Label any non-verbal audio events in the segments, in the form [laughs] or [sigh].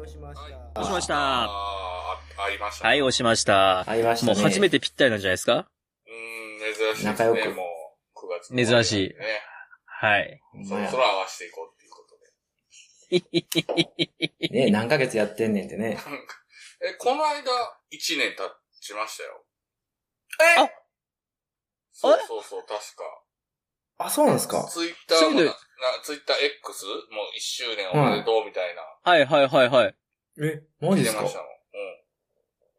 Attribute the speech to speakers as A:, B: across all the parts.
A: 押しました
B: あーあ、ありました。
A: はい、押しました。
C: ありました
A: も
C: ね。
A: う初め
C: て。
A: てぴったりなんじゃないですか
B: うーん、珍しいで
C: 仲
B: す
C: 良
B: ね、
C: く
B: もう。9月の
A: 珍しい
B: 終わりなんでね。
A: はい。
B: そろそろ合わせていこうっていうことで。
C: ね、何ヶ月やってんねんってね。
B: え、この間、1年経ちましたよ。
A: あ
B: えそうそうそう、確
C: あ、そうなんです
B: か。
C: か
B: ツイッターもな、なツイッター X もう1周年おめでとうみたいな。
A: はいはいはいはい。
C: え、マジで
B: 出
C: す
B: ま
C: か
B: したもん。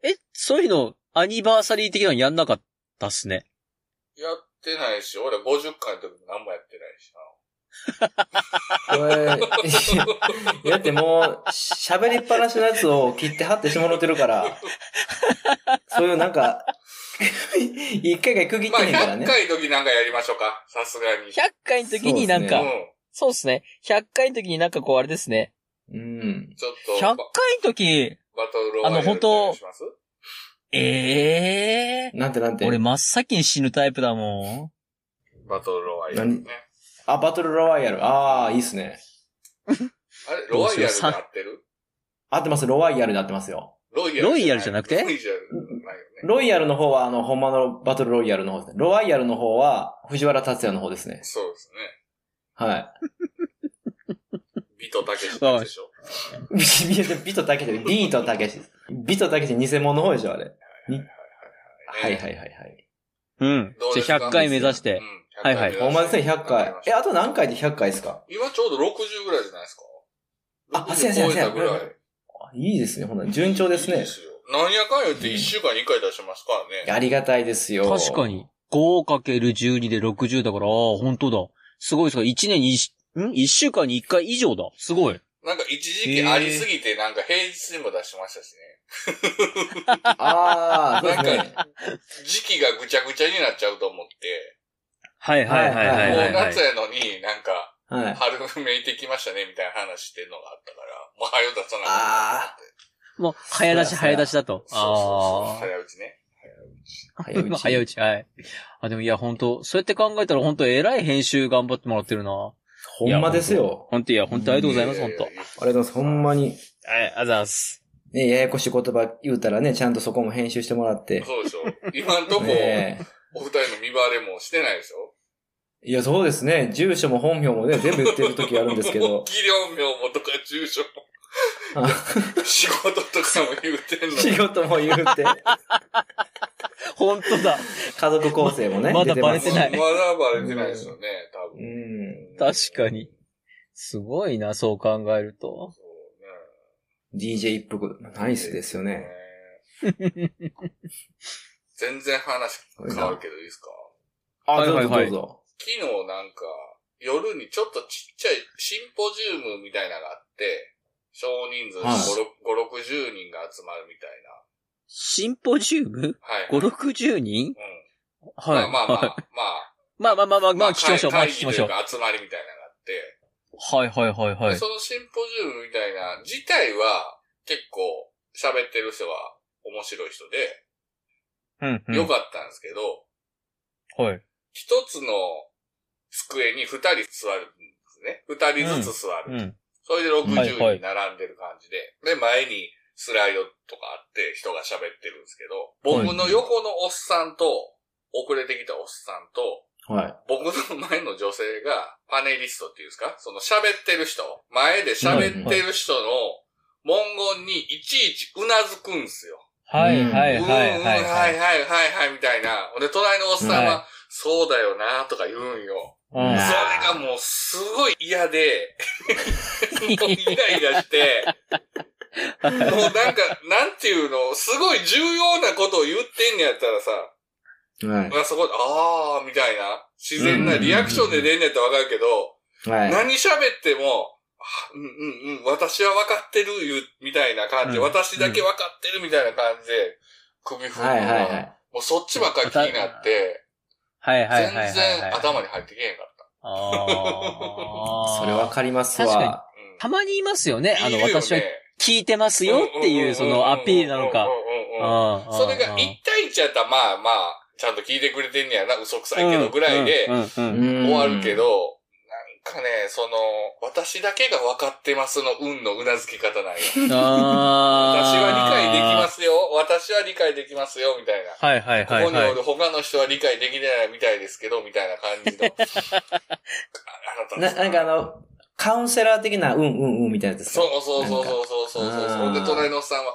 A: え、そういうの、アニバーサリー的なのやんなかったっすね。
B: うん。やってないし、俺50回の時も何もやってないしな。
C: これ、いやだってもう、喋りっぱなしのやつを切って貼ってしもろてるから、そういうなんか、 [laughs] 一回回区切っ
B: まあ、
C: てへんから
B: 100
C: ね。
B: 回の時なんかやりましょうか。さすがに。
A: 100回の時になん
C: 回
A: か、
B: うん。
A: そうですね。100回の時になんかこうあれですね。
C: うん。
B: ちょっ
A: 100
B: と
A: 回の時、
B: バ、バトルロワイヤ
A: あの
B: ル
A: 本当
B: お願いします
A: ええ
C: なんてなんて。
A: ー。俺真っ先に死ぬタイプだも
B: バトルロワイヤルね。
C: あ、バトルロワイヤル。ああ、いいっすね。
B: あれ、ロワイヤルで合ってる
C: 合ってます、ロワイヤルで合ってますよ。
B: ロイ
A: ロイヤルじゃなくて
B: ロイヤルないよね。
C: ロイヤルの方は、あの、ほんまのバトルロイヤルの方ですね。ロワイヤルの方は、藤原達也の方ですね。
B: そうです
C: は
B: ね。ビトたけしなんでしょ。
C: [laughs] い。ビビビトたけし、ビートたけし。ビトたけし偽物の方でしょ、あれ。はいはい
B: い。
C: はいはい。
A: ん。うん
B: どう。で
A: じ
B: すか
A: ゃあ100回目指して。。
B: うん
A: はいはい
B: 100回目指して
C: ほんまですね、100
B: わかり
C: 回
B: ま。し
C: え、
B: た
C: あと何回で100回ですか
B: 今ちょうど60ぐらいじゃないですか。
C: あ
B: 60
C: そうやそうや
B: 超えたぐらい
C: そうやあいいですね、ほんなら順調です
B: いい
C: ね
B: で。すよ。なんやかんや言って1週間に1回出しますからね。
C: ありがたいですよ。
A: 確かに。。5×12 で60だから、あー本当だ。すごいすごい。1年に一、ん ?1 週間に1回以上だ。すごい。
B: なんか一時期ありすぎて、なんか平日にも出しましたしね。
C: ああ、そうです
B: なん
C: ね。
B: 時期がぐちゃぐちゃになっちゃうと思って、
A: はいはいはいは
C: はい
B: も
A: は
B: う
A: い、はい
B: 夏。やのになんか、
C: はい。
B: 春めいてきましたねみたいな話してんのがあったから、もう早う出さな
C: ああ、
A: もう、早出し早出しだと。
B: い。
A: あ
B: そうそうそう。早打ちね。
C: 早
A: あ。
C: 打ち。
A: 早打ち、はい。あ、でもいや、本当そうやって考えたら本当偉い編集頑張ってもらってるな。
C: ほんまですよ。
A: 本当いや、本当ありがとうございます、
B: や
A: 本
B: や
A: 当はい
B: や
C: ありがとうございます。ほんまに。
A: い、ありがとうございます。
C: ね、ややこしい言葉言うたらね、ちゃんとそこも編集してもらって。
B: そうでしょ。今んとこ、
C: ね
B: お二人の見バレもしてないでしょ
C: えいや、そうですね。住所も本名もね、全部言ってる時あるんですけ
B: [laughs]
C: ど。
B: 企業名もとか住所も、
C: あ
B: 仕事とかも言うてんの
C: [laughs]
B: に。
C: 仕事も言うて、
A: 本当だ。
C: 家族構成もね、
A: ま
C: 出
A: だ
C: てま
A: バレ
C: す
A: てない
B: まだバレてないですよね、多
C: う
B: 分。
C: ん。
A: 確かに。すごいな、そう考えると。
B: そうね。
C: DJ 一服、ナイスですよね。
B: 全然話変わるけどいいですか
C: あ、
A: はい
C: どう
A: はい
C: ぞ
A: は
C: ど
A: いう
C: ぞ。
B: 昨日なんか、夜にちょっとちっちゃいシンポジウムみたいなのがあって、少人数5、
C: はい
B: 6 60人が集まるみたい
A: シンポジウム
B: な。はい。
A: ?5、60人
B: う
A: はい。
B: ん。まあまあま
A: はい
B: あ、ま
A: まあ
B: あ、
A: まあまあまあ、まあ、聞きましょう。まあ、
B: 会
A: 聞
B: 議
A: き
B: と
A: ま
B: い
A: しょ
B: う
A: う。
B: か集まりみたいなのがあって、
A: はいはいはいはい。
B: そのシンポジウムみたいな自体は結構喋ってる人は面白い人で、
A: うん、う
B: 良
A: ん。
B: かったんですけど、
A: はい。
B: 一つの机に二人座るんですね。二人ずつ座る。
A: うん。
B: それで60
A: はいはい
B: 人並んでる感じで、で、前にスライドとかあって人が喋ってるんですけど、僕の横のおっさんと、遅れてきたおっさんと、
C: はい。
B: 僕の前の女性がパネリストっていうんですかその喋ってる人、前で喋ってる人の文言にいちいちうなずくんですよ。
A: はいはい
B: うんうん、
A: はいは
B: はいい
A: は
B: はいい。はいはいみたいな。ほんで、隣のおっさん
A: は
B: は、そうだよなとか言うんよ。
A: うん
C: あー
B: それがもうすごい嫌で、もうイライラして、もうなんか、なんていうの、すごい重要なことを言ってんねやったらさ、
C: はい。
B: まあそこで、あーみたいな、自然なリアクションで出んねやったらわかるけど、
C: はい。
B: 何喋っても、あうんうんうん、私は分かってる言う、みたいな感じで、
A: うん
B: 私だけ分かってるみたいな感じで、首振るのが、
C: はいはいはい。
B: もうそっちばっかり気になって、
A: はいはい
B: 全
A: はいはい。
B: 然頭に入ってけへんかっ
A: あー
B: [laughs]
C: それわかります
A: 確
C: わ
A: か。
B: た。うん
A: たまにいますよね。あの、
B: いるよね
A: 私は聞いいてますよっていう、そのアピールなのか。。
B: うんうんうんうんうん
A: あー
B: それが1対1やったら、まあまあ、ちゃんと聞いてくれてんねやな、嘘くさいけどぐらいで
A: うんうんうんうん
B: 終わるけど、かね、その、私だけが分かってますの運のうなずき方なんよ。
A: あ。
B: 私は理解できますすよ。私は理解できますよ、みたいな。
A: はいはいはい
B: ここに
A: はい
B: おる。他の人は理解できてないみたいですけど、みたいな感
A: [laughs]
B: じの。あ
C: な、なんかあ、の、カウンセラー的な、うんうんうんみたいなやつですか
B: そうそうそうそうそうそうそう
C: なんか
B: そう。で、
C: あー
B: 隣のおっさんは、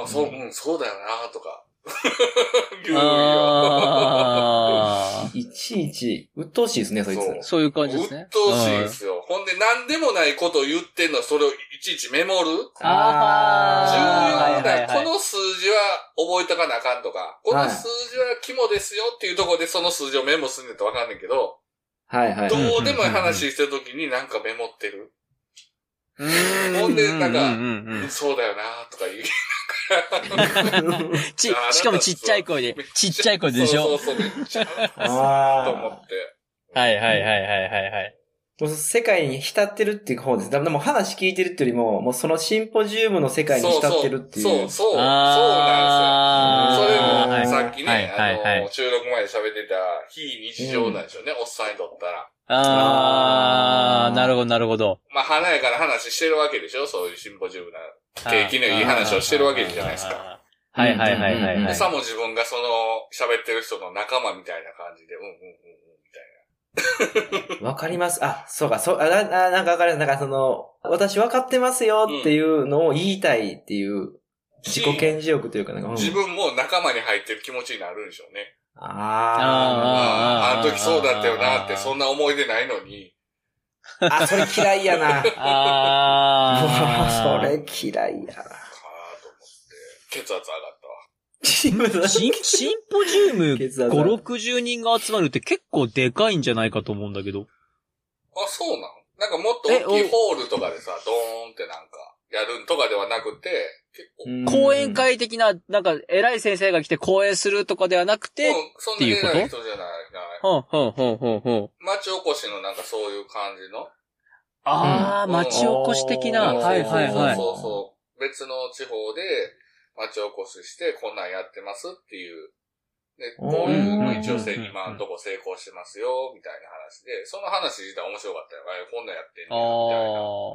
B: ああ、そう、うん、そうだよな、とか。言うんよ。
A: あ
C: いちいち、鬱陶しいですね、そいつ。
B: そう
A: ーそういう感じです
B: う
A: ね
B: っ。とうしいですよ。ほんで、何でもないことを言ってんの、それをいちいちメモる重
A: あー
B: 要
A: はいはい
B: な、
A: はい
B: この数字は覚えとかなあかんとか、この数字は肝ですよっていうところでその数字をメモすんねんとわかんねんけど、
C: はいはい
B: ど。うでもいい話してるときになんかメモってる。ほ
A: ほ
B: んでなんか
A: か、
B: そうだよなとか
A: [laughs]
B: 言う。
A: ち、しかもちっちゃい声で
B: めっ、
A: ちっちゃい声でし
B: そ
A: ょ
B: う。そうそう、めっ
A: [laughs]
B: ちゃ
C: あ
B: と思
C: あ。
B: って。
A: はいはいはいはいはいはい。
C: もう世界に浸ってるっていう方です。だでも話聞いてるっていうよりも、もうそのシンポジウムの世界に浸ってるっていう。
B: そうそう、そうそうなんです
A: あー
B: よ。それも
A: はい
B: さっき
A: はい
B: ね、
A: はいはい
B: あの、収録前で喋ってた非日常なんでしょうね、おっさんにとったら。
A: あ
C: あ
A: ー、
C: ー
A: なるほどなるほど。
B: まあ、華やかな話してるわけでしょそういうシンポジウムな景気のいい話をしてるわけじゃないですか。
A: はいはいはいはいはい。
B: さも自分がその、喋ってる人の仲間みたいな感じで、うんうんうんうん、みたい
C: わかります。あ、そうか、そう、あ、なななんかわかります。なんかその、私わかってますよっていうのを言いたいっていう、
B: な。
C: 自己顕示欲というか、なんか、うん
B: 自分も仲間に入ってる気持ちになるんでしょうね。
C: あ
B: あ
A: あー
B: あの時そうだったよなって、そんな思い出ないのに。
C: あ、あ、それ嫌いやな。
A: あ
C: [laughs] もうそ
A: ー。
B: [laughs]
C: れ嫌いやな。
B: ああ、と思って。血圧上がったわ。
C: シンポ [laughs]
A: シンシンポジウム
C: 血
A: 5、
C: 圧
A: 60人が集まるって結構でかいんじゃないかと思うんだけど。
B: あ、そうなのなんかもっと大きいホールとかでさ、ドーンってなんか、やるんとかではなくて、結構、
A: 講演会的な、なんか偉い先生が来て講演するとかではなくて、
B: うんそんなに偉い人じゃない。ない
A: ほんほんほんほんほん。
B: 町おこしのなんかそういう感じの。
A: あー、
B: うん
A: 町おこし的な。
B: うん
A: はいはいは
B: そ
A: い。
B: うそうそう。別の地方で町おこしして、こんなんやってますっていう。で、こういうの一応せ
A: うん
B: 今んとこ成功してますよ、みたいな話で、その話自体面白かったよ。あこんなんやってんねや
A: あ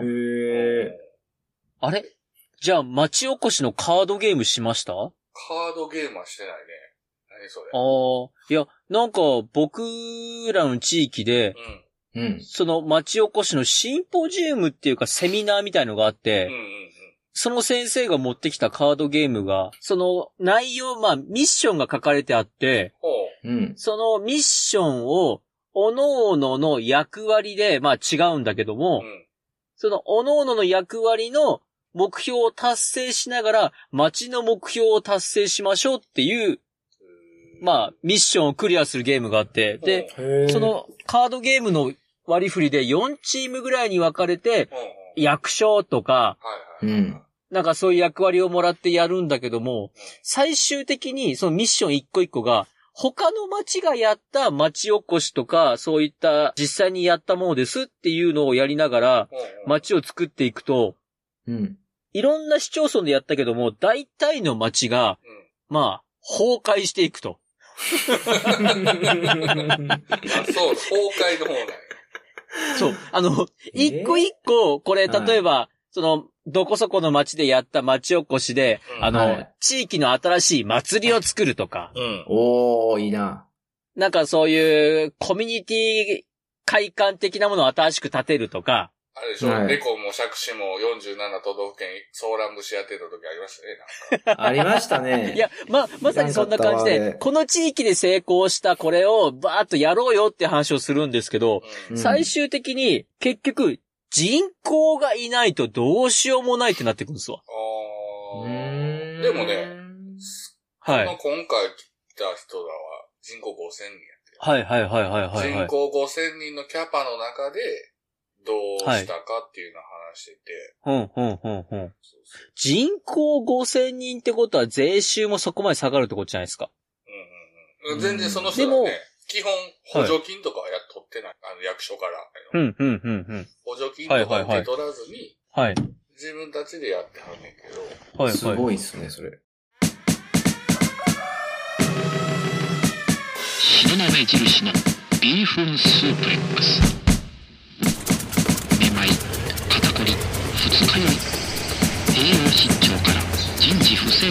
C: へ
A: ー。
B: みたいな
C: え。。
A: あれじゃあ、町おこしのカードゲームしましたあ
B: カードゲームはしてないね。何それ。
A: ー。いや、なんか僕らの地域で、
B: うん。
C: うん。
A: その町おこしのシンポジウムっていうかセミナーみたいのがあって、
B: うんうんうん。
A: その先生が持ってきたカードゲームが、その内容、まあミッションが書かれてあって、
B: ほう。
C: うん。
A: そのミッションを、各々の役割で、まあ違うんだけども、
B: うん。
A: その各々の役割の目標を達成しながら、街の目標を達成しましょうっていう、まあミッションをクリアするゲームがあって、で、
C: へー
A: そ、のカードゲームの割り振りで4チームぐらいに分かれて、
B: うん、うんうん。
A: 役所とか、
B: はいはいはい。
C: うん
A: なんかそういう役割をもらってやるんだけども、最終的にそのミッション一個一個が、他の町がやった町おこしとか、そういった実際にやったものですっていうのをやりながら、
B: うんうん
A: 町を作っていくと、
C: うん。
A: いろんな市町村でやったけども、大体の町が、まあ、崩壊していくと。
B: うん。あ、そう、崩壊の方なんや。
A: そう。あの、
C: えー
A: 一個一個、これ、
C: はい
A: 例えば、その、どこそこの町でやった町おこしで、
B: うん
C: は
A: あの
C: い、
A: 地域の新しい祭りを作るとか、
B: うん。
C: おー、いいな。
A: なんかそういうコミュニティ会館的なものを新しく建てるとか、
B: あれでしょ、
C: はい
B: 猫も釈子も47都道府県ソーラン節当てた時ありましたね。
C: ありましたね。
A: いや、ま、まさにそんな
C: い
A: 感じ
C: らんかったわあ
A: で
C: れ、
A: この地域で成功したこれをバーッとやろうよって話をするんですけど、
B: なんか。
C: うん
A: 最終的に結局人口がいないとどうしようもないってなってくるんですわ。
C: う
B: うん。あ
C: ーん
B: でもね、
A: は
B: ー
A: い。
B: この今回来た人らは人口5000人やって。
A: はいはいはいはいはい、は
B: 人
A: い。
B: 口5000人のキャパの中で、どうしたかっていうのを話してて。
A: うんうんうんうん。
B: そうそう
A: 人口5000人ってことは税収もそこまで下がるってことじゃないですか。
B: うんうんうん。全然その人
A: でも
B: はね、基本補助金とかはやっとってない。あの役所から。
A: うんうんうんうん。
B: 補助金とか受け取らずに、
A: はい。
B: 自分たちでやってはんねんけど。
A: はい
C: す
A: はい。
C: ごいっすね、それ。
D: 白鍋印のビーフンスープレックス定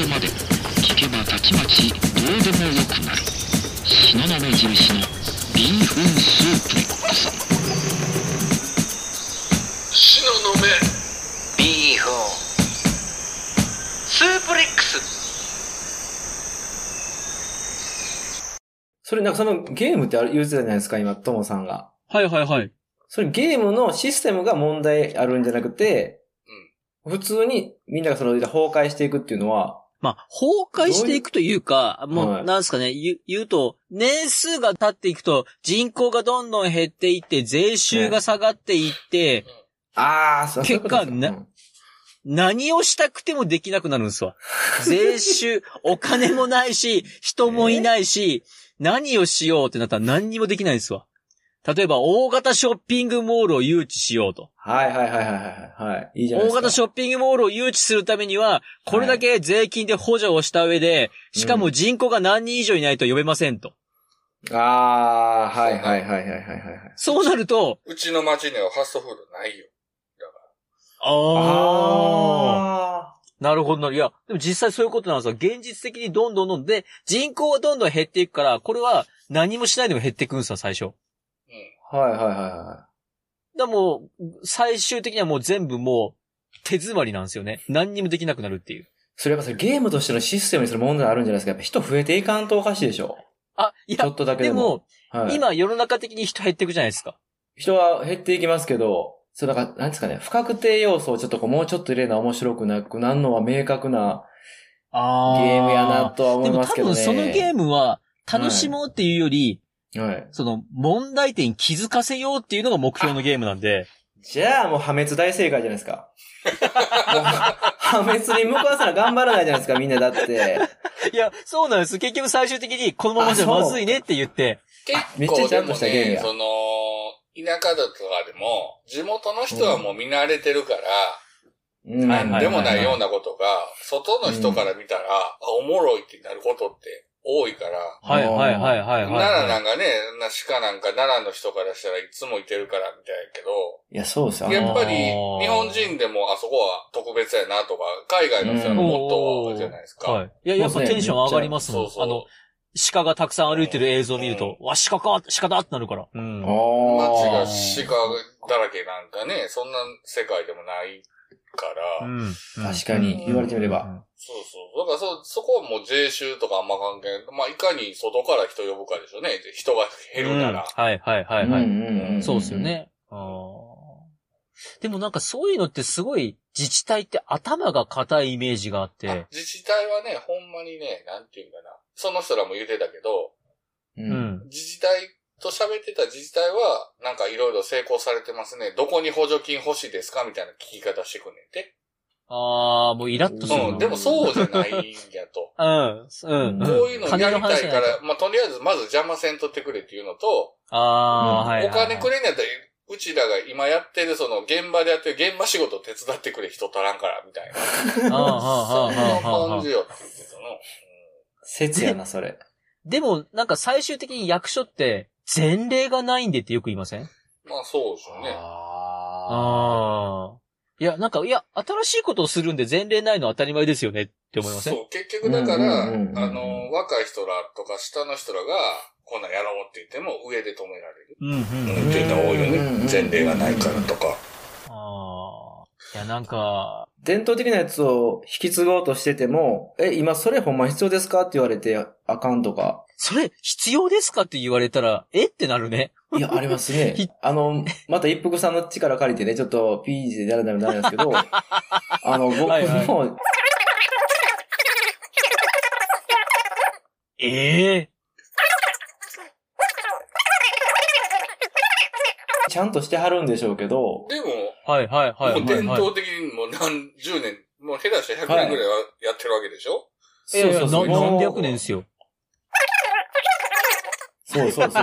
D: まで聞けばたちまちどうでもよくなる東雲印のビーフンスープレックス
B: シノの目
D: ビーフンスープレックス
C: それなんかそのゲームってあれ言ってたじゃないですか、今、ともさんが。
A: はいはいはい。
C: それゲームのシステムが問題あるんじゃなくて、普通にみんながその崩壊していくっていうのは、
A: まあ、崩壊していくというか、
C: う
A: も
C: は
A: う、
C: い
A: なんですかね、言う言うと、年数が経っていくと、人口がどんどん減っていって、税収が下がっていって、
C: ああ、そうそうい
A: 結
C: うこ
A: 果
C: とで
A: は
C: す
A: ね何をしたくてもできなくなる
C: [laughs]
A: んですわ。税収、お金もないし、人もいないし、何をしようってなったら何にもできないんですわ。例えば、大型ショッピングモールを誘致しようと。
C: はいはいはいはいはいはい。はい。いいじゃないで
A: 大
C: すか。
A: 型ショッピングモールを誘致するためには、これだけ税金で補助をした上で、しかも人口が何人以上いないと呼べませんと。
C: ああ、はいはいはいはいはいはいはい。
A: そうなると、
B: うちの町にはファストフードないよ。だか
A: ああ。
C: あ
A: なるほどな。いや、でも実際そういうことなんですよ。現実的にどんどんどんで、人口はどんどん減っていくから、これは何もしないでも減っていくんですよ、最初。
B: ら。う
C: あ。は
B: ん。
C: いはいはいは
A: だからもう、最終的にはもう全部もう、手詰まりなんですよね。何にもできなくなるっていう。
C: い。それやっぱそれゲームとしてのシステムにする問題あるんじゃないですか。やっぱ人増えていかんとおかしいでしょ。
A: あ、い
C: ちょ
A: や、
C: っとだけ
A: で
C: でも
A: も。、
C: はい、
A: 今世の中的に人減っていくじゃないですか。
C: 人は減っていきますけど、そうだから、なんですかね、不確定要素をちょっとこう、もうちょっと入れな面白くなくなるのは明確なゲ
A: あ
C: ームやなとは思
A: で
C: い
A: も
C: ます
A: 多
C: けどね。
A: 分そのゲームは、楽しもうっていうより、
C: はい。
A: その問題点に気づかせようっていうのが目標のゲームなんで、
C: じゃあもう破滅大正解じゃないですか。もう破滅に向かわせな頑張らないじゃないですか、みんなだって。
A: いや、そうなんです。結局最終的にこのままじゃまずいねって言って、
C: め
B: 結
C: っちゃ
B: 構
C: ち
B: で
C: ゃんと
B: も
C: したゲーム
B: ね、
C: や
B: その、田舎だとかでも、地元の人はもう見慣れてるから、
C: うん
A: はいはい
B: でもないようなことが、外の人から見たら、あ、おもろいってなることって多いから、
A: はいはいはいはいはい。
B: 奈良なんかね、な鹿なんか奈良の人からしたらいつもいてるからみたいやけど、
C: いや、そうですよ。あ
B: や
C: の
B: っぱり
A: あー
B: 日本人でもあそこは特別やなとか、海外の人はもっと多いじゃないですか。
A: はい。いや、やっぱテンション上がりますも
B: そ
A: ん
B: う。そう。
A: あの、鹿がたくさん歩いてる映像を見ると、わ、鹿か、鹿だってなるから。うん。
B: 街が
C: あ
B: 鹿だらけなんかね、そんな世界でもないから、
A: うん。
C: ー確かに、言われてみれば。
B: そうそう。だからそ、そこはもう税収とかあんま関係ない。まあ、いかに外から人呼ぶかでしょうね。人が減るなら。
A: はいはいはいはい。
C: うんうんうん
A: そうですよ。ね。あーでもなんかそういうのってすごい自治体って頭が硬いイメージがあって
B: あ、自治体はね、ほんまにね、なんていうんかな。その人らも言ってたけど、
C: う。
A: うんん。
B: 自治体と喋ってた自治体は、なんかいろいろ成功されてますね。どこに補助金欲しいですかみたいな聞き方してくんねんて。
A: ああ、もうイラッとするな。
B: うん。でもそうじゃないんやと。
A: うん、 [laughs] うん。
C: ん
B: こういうのやりたい
A: 金の話じ
B: か
A: ゃない
B: ら、まあ、とりあえずまず邪魔せんとってくれっていうのと、
A: ああ、はいはい
B: お
A: はい。
B: 金くれんやったら、うちらが今やってる、その、現場でやってる現場仕事を手伝ってくれ、人足らんから、みたいな。
A: あーは
B: そん
A: ーはーはーはーはー
B: な感じよって言ってたの。
C: 説やな、それ。
A: でも、なんか最終的に役所って、前例がないんでってよく言いません
B: まあ、そうですよね。
C: あ
A: ああ。いや、なんか、いや、新しいことをするんで前例ないのは当たり前ですよねって思いません
B: そう、結局だから、あ
C: うんうんうんうん
B: の、若い人らとか下の人らが、こんなんやろうって言っても、上で止められる。
A: うんうん
B: うんっていうのは
C: う
B: 多いよ
C: んうんう
B: ね。
C: ん
B: 前例がないからとか。
A: ああ。いや、なんか、
C: 伝統的なやつを引き継ごうとしてても、え、今それほんま必要ですかって言われて、あかんとか。
A: それ必要ですかって言われたら、えってなるね。
C: いや、あります
A: [laughs] ひ
C: ね。あの、また一服さんの力借りてね、ちょっと PG でやらないとダメなんですけ
A: [laughs]
C: ど、あの、僕
A: はいはい
C: も、
A: ええ
C: ちゃんとしてはるんでしょうけど、
B: でも、
A: はいはいはいはい、
B: もう伝統的にもう何十年、もう下手して100年ぐらいはやってるわけでしょ、
A: いやいや
C: そうそうそう
A: な何百年ですよ。
C: そうそうそうそう。そ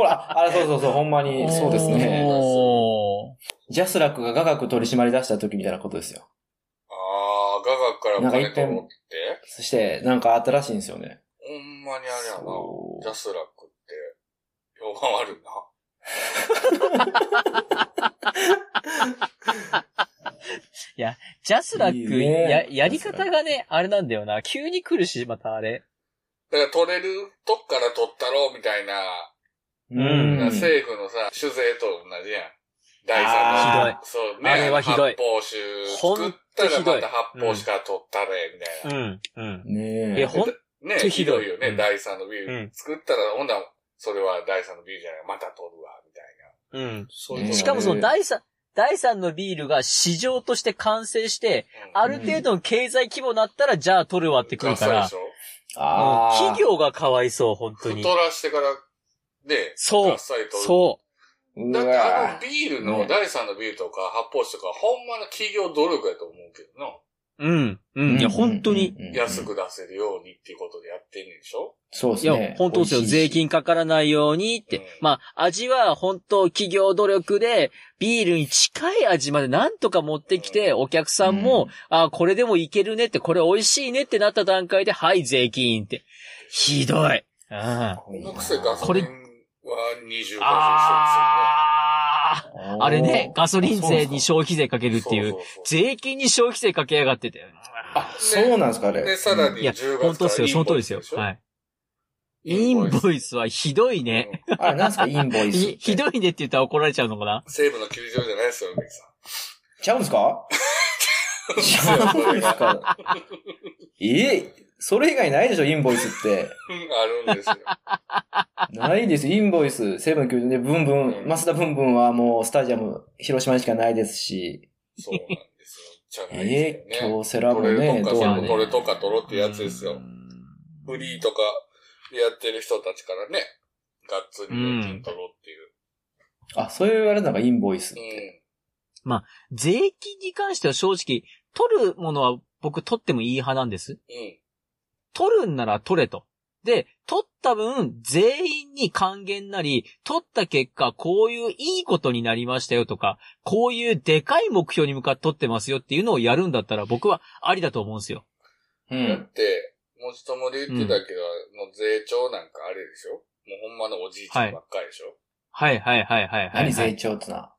C: うら、あ、そうそうそう、ほんまに、そうですね。
A: お
C: ジャスラックが雅楽取り締まり出した時みたいなことですよ。
B: ああ、雅楽からお金取ろうって
C: そして、なんかあったらしいんですよね。
B: ほんまにあれやな。
C: そう
B: ジャスラックって、評判悪いな。
A: ジャスラック、
C: いいね
A: や、やり方がね、あれなんだよな。急に来るし、またあれ。
B: だから取れるとこから取ったろうみたいな、
A: うん
B: 政府のさ、酒税と同じやん。第
A: あーひ
B: 三の。そうね。
A: あれはひどい
B: 発泡酒
A: ほ
B: 作
A: ん
B: っ
A: と
B: た
A: ひどい
B: らまた発泡酒から取ったれ、みた
A: う
B: いな。
A: ん、うん。
C: ね
A: え、
C: え。
A: ほん、
B: ね
A: とひ
B: ひ
A: どい
B: どいよね、
A: うん
B: 第三のビール。
A: うん
B: 作ったら、ほんならそれは第三のビールじゃない、また取るわ、みたいな。
A: うん。
B: そういうとこ
A: しかもその第三、第三のビールが市場として完成して、ある程度の経済規模になったら、じゃあ取るわってくるか
B: そう
A: ら
B: でし、ょ
C: ああ。
A: 企業がかわいそう、本当に。
B: 太らしてから、ね、
A: そう
B: あっさり取る。
A: そう
B: だからあ
C: わ
B: のビールの、
C: ね
B: 第三のビールとか発泡酒とか、ほんまの企業努力やと思うけどな。
A: う。うん、うん。いや、本当に。。
C: うん
B: 安。く出せるようにっていうことでやってんねんでしょ
C: そうで
A: い
C: すね
A: や、。本当ですよ。
C: 美味しい
A: 税
C: し。
A: 金かからないようにって。
B: うん
A: まあ、味は本当企業努力で、ビールに近い味までなんとか持ってきて、お客さんも、
C: うん
A: あこれでもいけるねって、これ美味しいねってなった段階で、はい、税金って。ひどい。うん。あ
B: このくせガソ
A: こ
B: リ
A: れ
B: ンは25%してる
A: あーあれね、ガソリン税に
C: ょ
A: 消費税かけるっていう。税金に消費税かけやがってて。
C: あ、そうなんですか、あれ。
B: で、さらに
A: いや
B: 10、
A: 本当
B: 月から。
A: ですよ。その通りですよ。はいい。インボ
B: イ
A: イスはひどいね。
B: うん
C: あれ、なんですか、インボイスって。
A: ひひどいねって言ったら怒られちゃうのかな
B: 西部の球場じゃないですよ、梅木さん。
C: ちゃうんです
B: [laughs]
C: かちゃうんですかえそれ以外ないでしょ、インボイスって。
B: うんあるんです
A: [laughs]
B: よ。
C: ないです、インボイス。セブン球場でブンブン、マスダブンブンはもうスタジアム、広島にしかないですし。
B: そうなんですよ。じゃない
C: え
B: ですよね。
C: 京セラもね、
B: これとか
C: ドーム
B: これとか取ろうってやつですよ。フリーとかやってる人たちからね、がっつり料金取ろうっていう。
C: あ、そういうあれなんかインボイス。
A: 税金に関しては正直、取るものは僕取ってもいい派なんです。
B: うん。うん。
A: 取るんなら取れと。で、取った分、全員に還元なり、取った結果、こういういいことになりましたよとか、こういうでかい目標に向かって取ってますよっていうのをやるんだったら僕はありだと思うんですよ。
C: う
B: だ
C: ん
B: っ。て、もちともで言ってたけど、もう税調なんかあれでしょもうほんまのおじいちゃんばっかりでしょ、
A: はいはいはいはいはい、は
C: 何
A: い。
C: 税調ってな。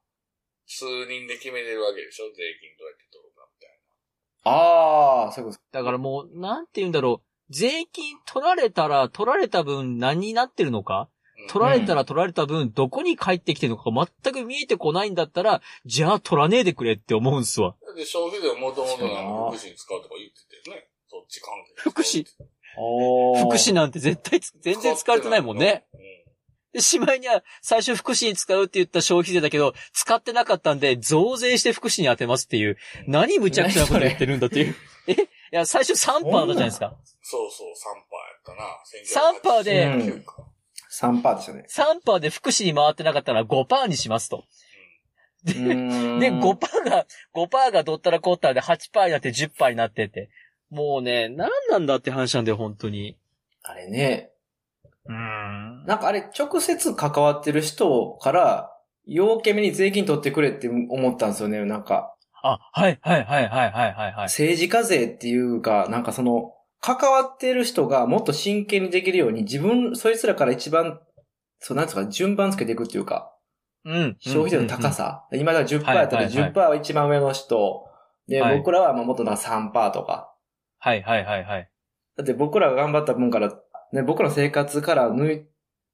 B: 数人で決めてるわけでしょ税金どうやって取るかみたい
C: ああ、そういうこと。
A: だからもう、なんて言うんだろう。税金取られたら、取られた分何になってるのか
B: な。うん
A: 取られたら取られた分、どこに帰ってきてるのか全く見えてこないんだったら、じゃあ取らねえでくれって思うんすわ。
B: だって消費税もともとなんか福祉に使うとか言っててね。そっち関係。
A: 福祉
C: おー
A: 福祉なんて絶対つ、全然使われてないもんね。。
B: うん。
A: で、しまいには、最初福祉に使うって言った消費税だけど、使ってなかったんで、増税して福祉に当てますっていう、何無茶苦茶なこと言ってるんだっていう。えいや、最初3%だったじゃないですか。
B: そうそう、3%やったな。
A: 3%で
B: 1989か
C: 3%でしたね。
A: 3%で福祉に回ってなかったら5%にしますと。
C: うーん
A: で、5%が、5%がどったらこったらで8%になって10%になってって。もうね、何なんだって話なんだよ、本当に。
C: あれね、
A: うん。
C: なんかあれ、直接関わってる人から、要件目に税金取ってくれって思ったんですよね。なんか、
A: あ、はい、はい、はい、はい、はい、はい。はい
C: 政治課税っていうか、なんかその、関わってる人がもっと真剣にできるように、自分、そいつらから一番、そうなんですか、順番つけていくっていうか、
A: うん。
C: 消費税の高さ。今だら10%やった
A: は
C: ら
A: いはいはい
C: 10%は一番上の人。で、
A: はい
C: 僕らはまあもっとな3%とか。
A: はい、はい、はい、はい。
C: だって僕らが頑張った分から、ね、僕らの生活から抜い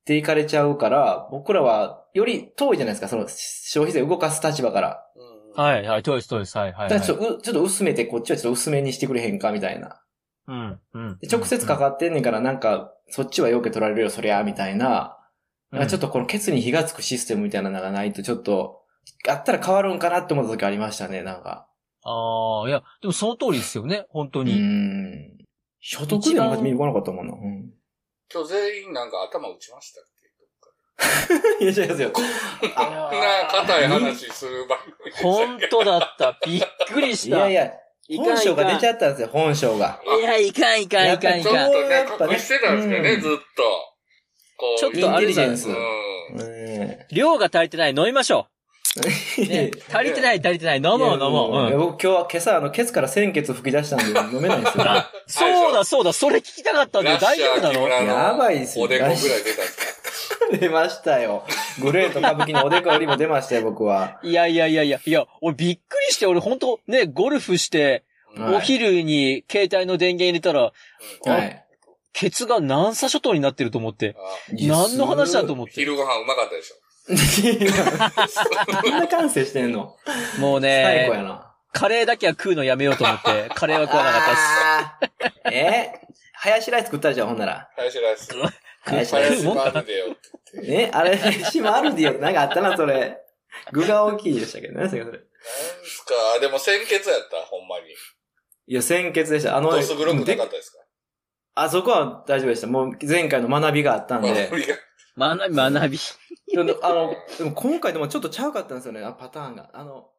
C: ていかれちゃうから、僕らはより遠いじゃないですか、その消費税動かす立場から。
B: うん。い。
A: はい、はい、そうです、そうです、はい、はい。
C: だからちょっと、うちょっと薄めて、こっちはちょっと薄めにしてくれへんか、みたいな。
A: うん、うん。
C: で直接関わってんねんから、なんか、そっちは要件取られるよ、そりゃ、みたいな。なんかちょっ
A: と、
C: とこのケツに火がつくシステムみたいなのがないと、ちょっと、あったら変わるんかなって思った時ありましたね、なんか。
A: ああ、いや、でもその通りですよね、本当
C: う
A: に。
C: ん。所得税も初めに来なかったもんな。うん。
B: 今日全員なんか頭打ちましたっけどっか
C: いや、違いますよ。
B: こんな硬い話する番組でしたっけ
A: 本当だった。びっくり
C: い
A: した。
C: やいや、
A: いかん
C: 本性が出ちゃったんですよ、本性が。
A: いや、いかん、いかん、いかん、い
B: ちょっ
A: かん。
B: とね
C: やっ、ぱね
B: 隠してたんですけどね、
C: うん
B: ずっと。こう
A: ちょっとあ
C: イン
A: れだよ
C: テリジェンス
B: うん
C: ね
A: 量が足りてない、飲みましょう。ね、足りてない、足りてない、飲もう、飲もう。
C: いや
A: うん
C: 僕今日は今朝、あの、ケツから鮮血吹き出したんで、飲めないんです
A: [laughs]
C: よ。
A: そうだ、そうだ、それ聞きたかったんだよ。
B: ラッ
A: 大
B: シ
A: 丈
B: ャ
A: 夫
B: ー
A: な
B: 木
A: の
B: 村の
C: やばいっすよ
B: おでこぐらい出たんですか
C: 出ましたよ。グレート歌舞伎のおでこよりも出ましたよ、僕は。
A: いやいやいやいや、いや、俺びっくりして、俺本当ね、ゴルフして、
C: はい
A: お昼に携帯の電源入れたら、
C: はい。
A: ケツが何差諸島になってると思って。
B: あ
A: 何の話だ
C: [laughs]
A: と思って。
B: 昼ご飯うまかったでしょ。
C: そんな感性してんの
A: もう
C: 最高
A: ね、
C: やな。
A: カレーだけは食うのやめようと思って、カレーは食わなか
C: [laughs]
A: ったです。
C: あーえハヤシライス食ったじゃん、ほんなら。
B: ハヤシラ
C: [laughs]
B: イス。
C: ハヤシ
B: ハ
C: ラ
B: ヤ
C: イ
B: シ
C: ス。
A: もんか
B: バーデよ。
C: えあれ、島あるでよ。なんかあったな、それ。具が大きいでしたけどね、それ。
B: なんすか、でも鮮血やった、ほんまに。
C: いや、鮮血でした。あの、
B: ドス黒くなかっ
C: で
B: たですか
C: あそこは大丈夫でした。もう前回の学びがあったん
B: [laughs] まあ、
C: で
B: 無。理が。
A: 学び、学び。
C: いやであの、でも今回でもちょっとちゃうかったんですよね、あパターンが。あの、